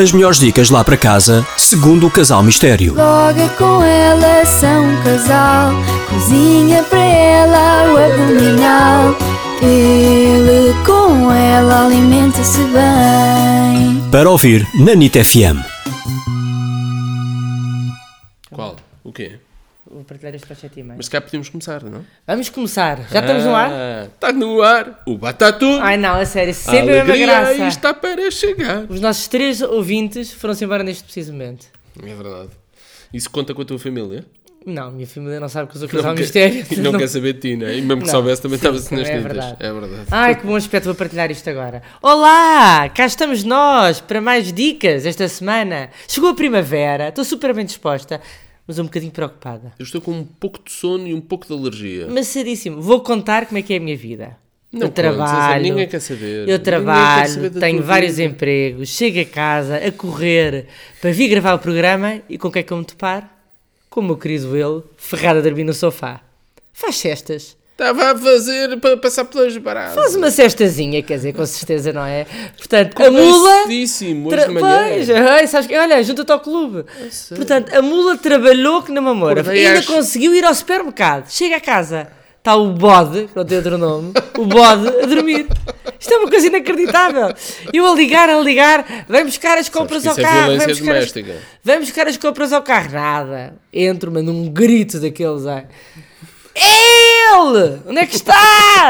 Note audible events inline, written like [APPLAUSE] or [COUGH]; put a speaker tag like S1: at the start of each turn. S1: As melhores dicas lá para casa, segundo o Casal Mistério.
S2: Logo com ela são um casal, cozinha para ela o abdominal. Ele com ela alimenta-se bem.
S1: Para ouvir na NIT FM.
S3: Qual? O quê?
S4: Vou partilhar este para as sete e meia.
S3: Mas Ah. se calhar podemos começar, não? é?
S4: Vamos começar. Já estamos no ar?
S3: Está no ar o Batatu!
S4: Ai não, a sério,
S3: A
S4: sempre a mesma
S3: alegria
S4: graça.
S3: está para chegar!
S4: Os nossos três ouvintes foram-se embora neste preciso momento.
S3: É verdade. Isso conta com a tua família?
S4: Não, minha família não sabe que eu sou casal
S3: quer-
S4: mistério.
S3: e [LAUGHS] não, quer saber de ti, né? E mesmo que
S4: Não.
S3: soubesse também
S4: Sim,
S3: estava-se nas
S4: também é
S3: tintas.
S4: verdade.
S3: É verdade.
S4: Ai, que bom aspecto, vou partilhar isto agora. Olá, cá estamos nós para mais dicas esta semana. Chegou a primavera, estou super bem disposta, mas um bocadinho preocupada.
S3: Eu estou com um pouco de sono e um pouco de alergia.
S4: Massadíssimo, vou contar como é que é a minha vida.
S3: Não
S4: eu
S3: contes, é,
S4: trabalho,
S3: ninguém quer saber. Ninguém
S4: eu
S3: quer
S4: trabalho,
S3: saber da
S4: tenho
S3: tua
S4: vários
S3: vida.
S4: empregos, chego a casa a correr para vir gravar o programa e com quem é que eu me topar? Com o meu querido ele, ferrado a dormir no sofá. Faz cestas.
S3: Estava a fazer para passar pelas baratas.
S4: Faz uma cestazinha, quer dizer, com certeza, não é? Portanto, a mula.
S3: Disse-me hoje
S4: Tra...
S3: de manhã.
S4: Pois, ai, sabes que, olha, junta-te ao clube. Portanto, a mula trabalhou que não mamora.
S3: Acordei
S4: Ainda
S3: às-
S4: conseguiu ir ao supermercado. Chega a casa, está o bode, que não tem outro nome, o bode a dormir. Isto é uma coisa inacreditável. Eu a ligar, a ligar, vem buscar as compras
S3: que
S4: ao
S3: isso é
S4: carro.
S3: violência
S4: vem buscar as-
S3: doméstica.
S4: Vem buscar as compras ao carro. Nada. Entro, mando um grito daqueles. Ai. É ele! Onde é que está?